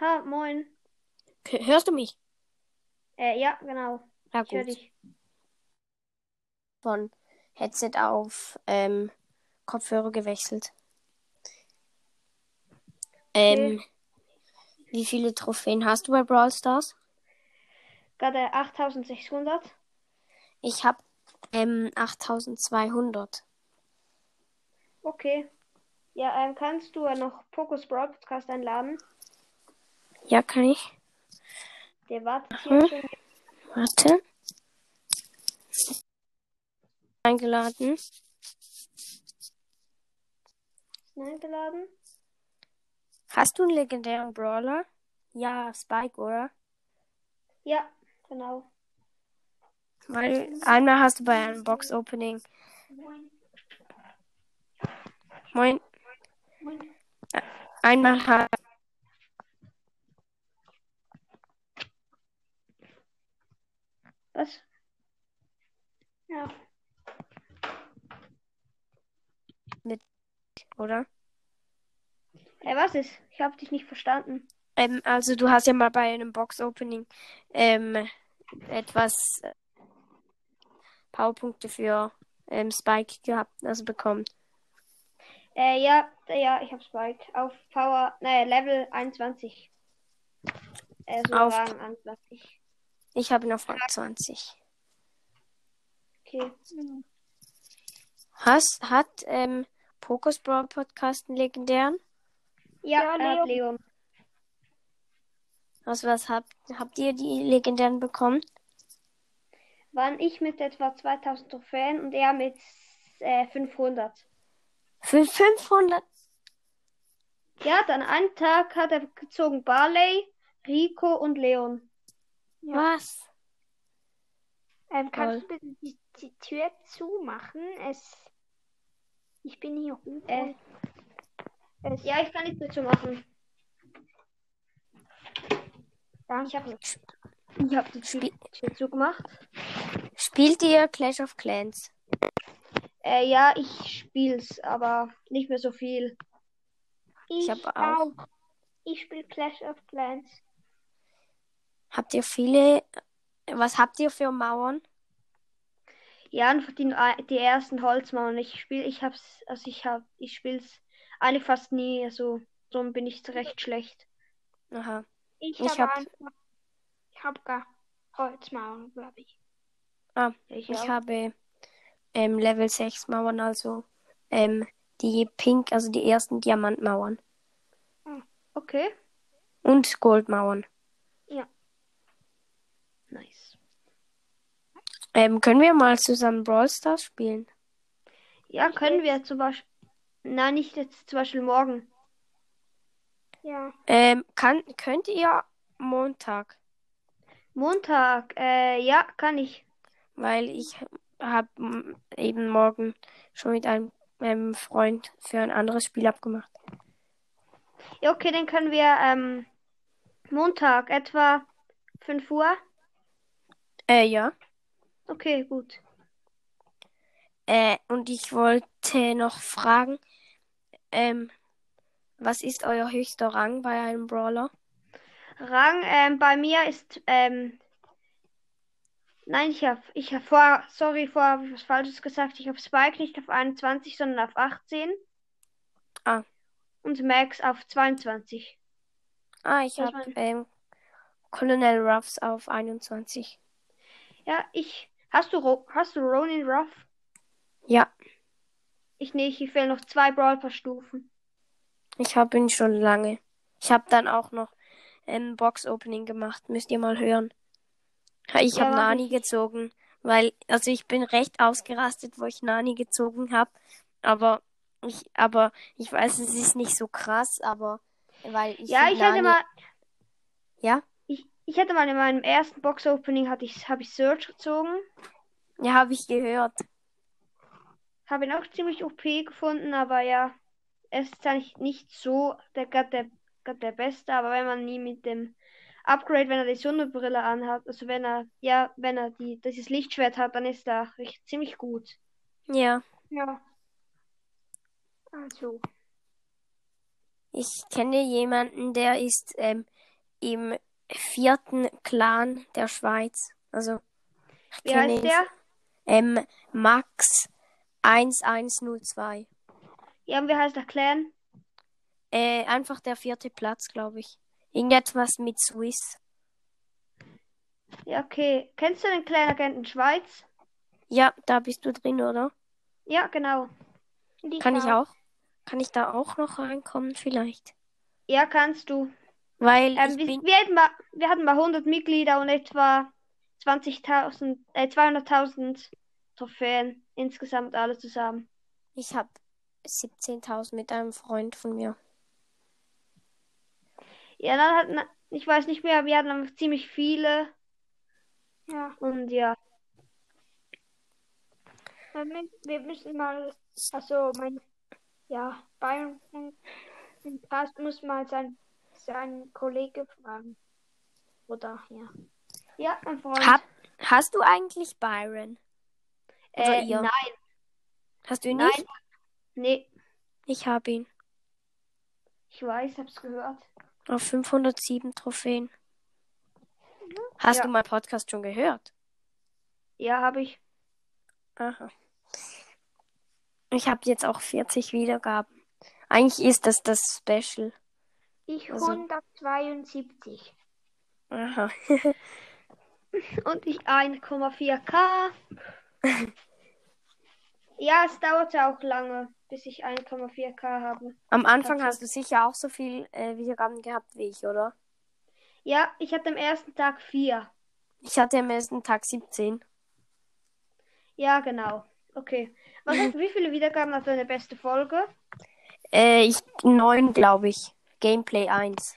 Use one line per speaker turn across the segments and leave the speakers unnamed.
Ha, moin.
Okay, hörst du mich?
Äh, ja, genau.
Ja,
Ich höre
gut.
dich.
Von Headset auf ähm, Kopfhörer gewechselt. Ähm, wie viele Trophäen hast du bei Brawl Stars?
Gerade 8600.
Ich habe ähm, 8200.
Okay. Ja, ähm, kannst du noch Pokus Brawl Podcast einladen?
Ja, kann ich?
Der wartet
Hm?
hier schon.
Warte. Eingeladen.
Eingeladen?
Hast du einen legendären Brawler? Ja, Spike, oder?
Ja, genau.
Weil einmal hast du bei einem Box-Opening. Moin. Einmal hat.
Was? Ja.
Oder?
Äh, was ist? Ich habe dich nicht verstanden.
Ähm, also du hast ja mal bei einem Box-Opening ähm, etwas äh, Powerpunkte für ähm, Spike gehabt, also bekommen.
Äh, ja, äh, ja, ich hab's bald. Auf Power, naja, Level 21. Äh, so
Auf-
Rang 21.
Ich habe ihn auf Rang 20.
Okay.
Hast, hat ähm, Pokus Brawl Podcast einen legendären?
Ja,
Ja,
äh, Leon.
Aus Also was habt, habt ihr die legendären bekommen?
Waren ich mit etwa 2000 Trophäen und er mit äh, 500.
Für 500?
Ja, dann einen Tag hat er gezogen Barley, Rico und Leon.
Was?
Ähm, kannst
Toll.
du bitte die, die Tür zumachen? Es, ich bin hier oben.
Äh,
es,
ja, ich kann nichts dazu machen. Ich habe ich hab die Tür Tür zugemacht.
Spielt ihr Clash of Clans?
Äh, ja, ich spiel's, aber nicht mehr so viel.
ich
hab auch.
Ich spiele Clash of Clans.
Habt ihr viele? Was habt ihr für Mauern?
Ja, einfach die, die ersten Holzmauern. Ich spiel, ich hab's, also ich hab, ich spiel's eigentlich fast nie, also so bin ich recht schlecht.
Aha.
Ich,
Ich
habe
hab-
einfach, ich habe gar Holzmauern, glaube ich.
Ich
Ah, Ich
auch.
habe ähm, Level 6 Mauern, also ähm, die Pink, also die ersten Diamantmauern
Okay,
und Goldmauern.
nice.
Ähm, können wir mal zusammen Brawl Stars spielen?
Ja, können wir zum Beispiel. Nein, nicht jetzt, zum Beispiel morgen.
Ja.
Ähm, kann, könnt ihr Montag?
Montag, äh, ja, kann ich.
Weil ich habe eben morgen schon mit einem ähm, Freund für ein anderes Spiel abgemacht.
Ja, okay, dann können wir, ähm, Montag, etwa 5 Uhr.
Äh, ja.
Okay, gut.
Äh, und ich wollte noch fragen, ähm, was ist euer höchster Rang bei einem Brawler?
Rang, ähm, bei mir ist, ähm, nein, ich habe, ich hab vor, sorry, vorher habe ich was Falsches gesagt. Ich habe Spike nicht auf 21, sondern auf 18.
Ah.
Und Max auf 22.
Ah, ich
Was
habe
meinst
ähm, Colonel Ruffs auf 21.
Ja, ich, hast du, Ro hast du Ronin Ruff?
Ja,
Ich nicht, ich fehlen noch zwei Brawl Pass Stufen.
ich habe ihn schon lange. Ich habe dann auch noch ein Box-Opening gemacht. Müsst ihr mal hören. Ha, Ich
Ja,
habe
mach
Nani gezogen, weil, also ich bin recht ausgerastet, wo ich Nani gezogen habe. Aber ich, aber ich weiß, es ist nicht so krass, aber weil ich
Ja,
find
ich hatte
Nani-
mal,
Ja?
ich, ich hatte mal in meinem ersten Box Opening hatte ich, habe ich Surge gezogen.
Ja, habe ich gehört.
Habe ihn auch ziemlich OP gefunden, aber ja, es ist eigentlich nicht so der gerade der, grad der Beste, aber wenn man nie mit dem Upgrade, wenn er die Sonnenbrille anhat, also wenn er, ja, wenn er die, dieses Lichtschwert hat, dann ist er recht, ziemlich gut.
Ja,
Ja. Also,
ich kenne jemanden, der ist ähm, im vierten Clan der Schweiz. Also, ich
Wie
kenne
heißt
ihn.
der?
Ähm, Max 1102.
Ja, und wie heißt der Clan?
Äh, einfach der vierte Platz, glaube ich. Irgendetwas mit Swiss.
Ja, okay. Kennst du den Clan Agenten Schweiz?
Ja, da bist du drin, oder?
Ja, genau.
Die
Kann ich auch? Kann ich da auch noch reinkommen, vielleicht?
Ja, kannst du.
Weil
Ähm,
ich
wir,
bin.
wir, hätten mal, wir hatten mal 100 Mitglieder und etwa 20.000, äh, 200.000 Trophäen insgesamt alle zusammen.
Ich habe 17.000 mit einem Freund von mir.
Ja, dann hatten, ich weiß nicht mehr, wir hatten einfach ziemlich viele
Ja,
und ja.
wir mü- wir müssen mal, also mein, ja, Bayern Pass muss mal sein, seinen Kollege fragen. Oder, ja.
Ja, mein Freund.
Hab- Hast du eigentlich Byron? oder
äh,
ihr?
nein,
Hast du ihn
Nein.
nicht?
nee,
Ich habe ihn.
ich weiß, hab's gehört.
Auf 507 Trophäen. Hast
Ja.
du meinen Podcast schon gehört?
Ja, habe ich.
Aha. Ich habe jetzt auch 40 Wiedergaben. Eigentlich ist das das Special.
Ich
Also-
172.
Aha.
Und ich 1,4K. ja, es dauerte auch lange, bis ich 1,4K habe.
Am Anfang
Dazu-
hast du sicher auch so viel äh, Wiedergaben gehabt wie ich, oder?
Ja, ich hatte am ersten Tag 4.
Ich hatte am ersten Tag 17.
Ja, genau. Okay. Was hat, wie viele Wiedergaben hat deine beste Folge?
Äh, ich 9, glaube ich. Gameplay 1.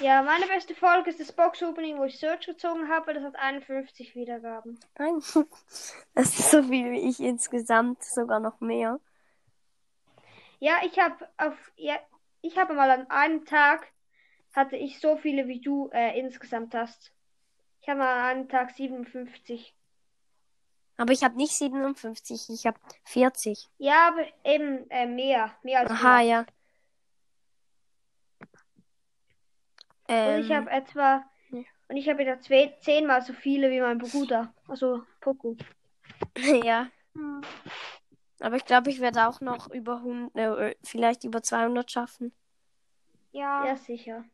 Ja, meine beste Folge ist das Box Opening, wo ich Search gezogen habe. Das hat 51 Wiedergaben.
Nein. Das ist so viel wie ich insgesamt, sogar noch mehr.
Ja, ich habe auf ja, ich habe mal an einem Tag hatte ich so viele wie du äh, insgesamt hast. Ich habe mal an einem Tag 57.
Aber ich habe nicht 57, ich habe 40.
Ja, aber eben äh, mehr, mehr als
Aha,
du.
Also ja.
Und
Ähm,
ich habe etwa
ja.
und ich habe ja zwei, zehnmal so viele wie mein Bruder, also Poku.
ja. Aber ich glaube, ich werde auch noch über 100, äh, vielleicht über 200 schaffen.
Ja,
Ja, sicher.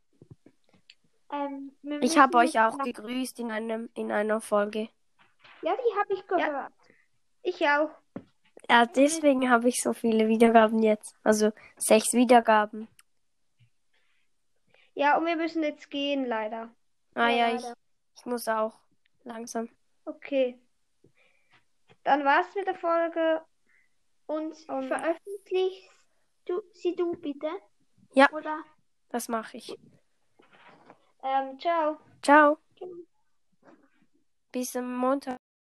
ähm, wir
Ich habe
müssen
euch auch
noch-
gegrüßt in einem in einer Folge.
Ja, die habe ich gehört.
Ich auch.
Ja, deswegen habe ich so viele Wiedergaben jetzt. Also sechs Wiedergaben.
Ja, und wir müssen jetzt gehen, leider.
Ah
Ja,
ja, ich,
leider.
ich muss auch langsam.
Okay. Dann war's mit der Folge.
Und
Ähm,
veröffentlichst du sie du bitte?
Ja.
Oder?
Das mache ich.
Ähm, ciao.
Genau. Ciao. Bis am Montag.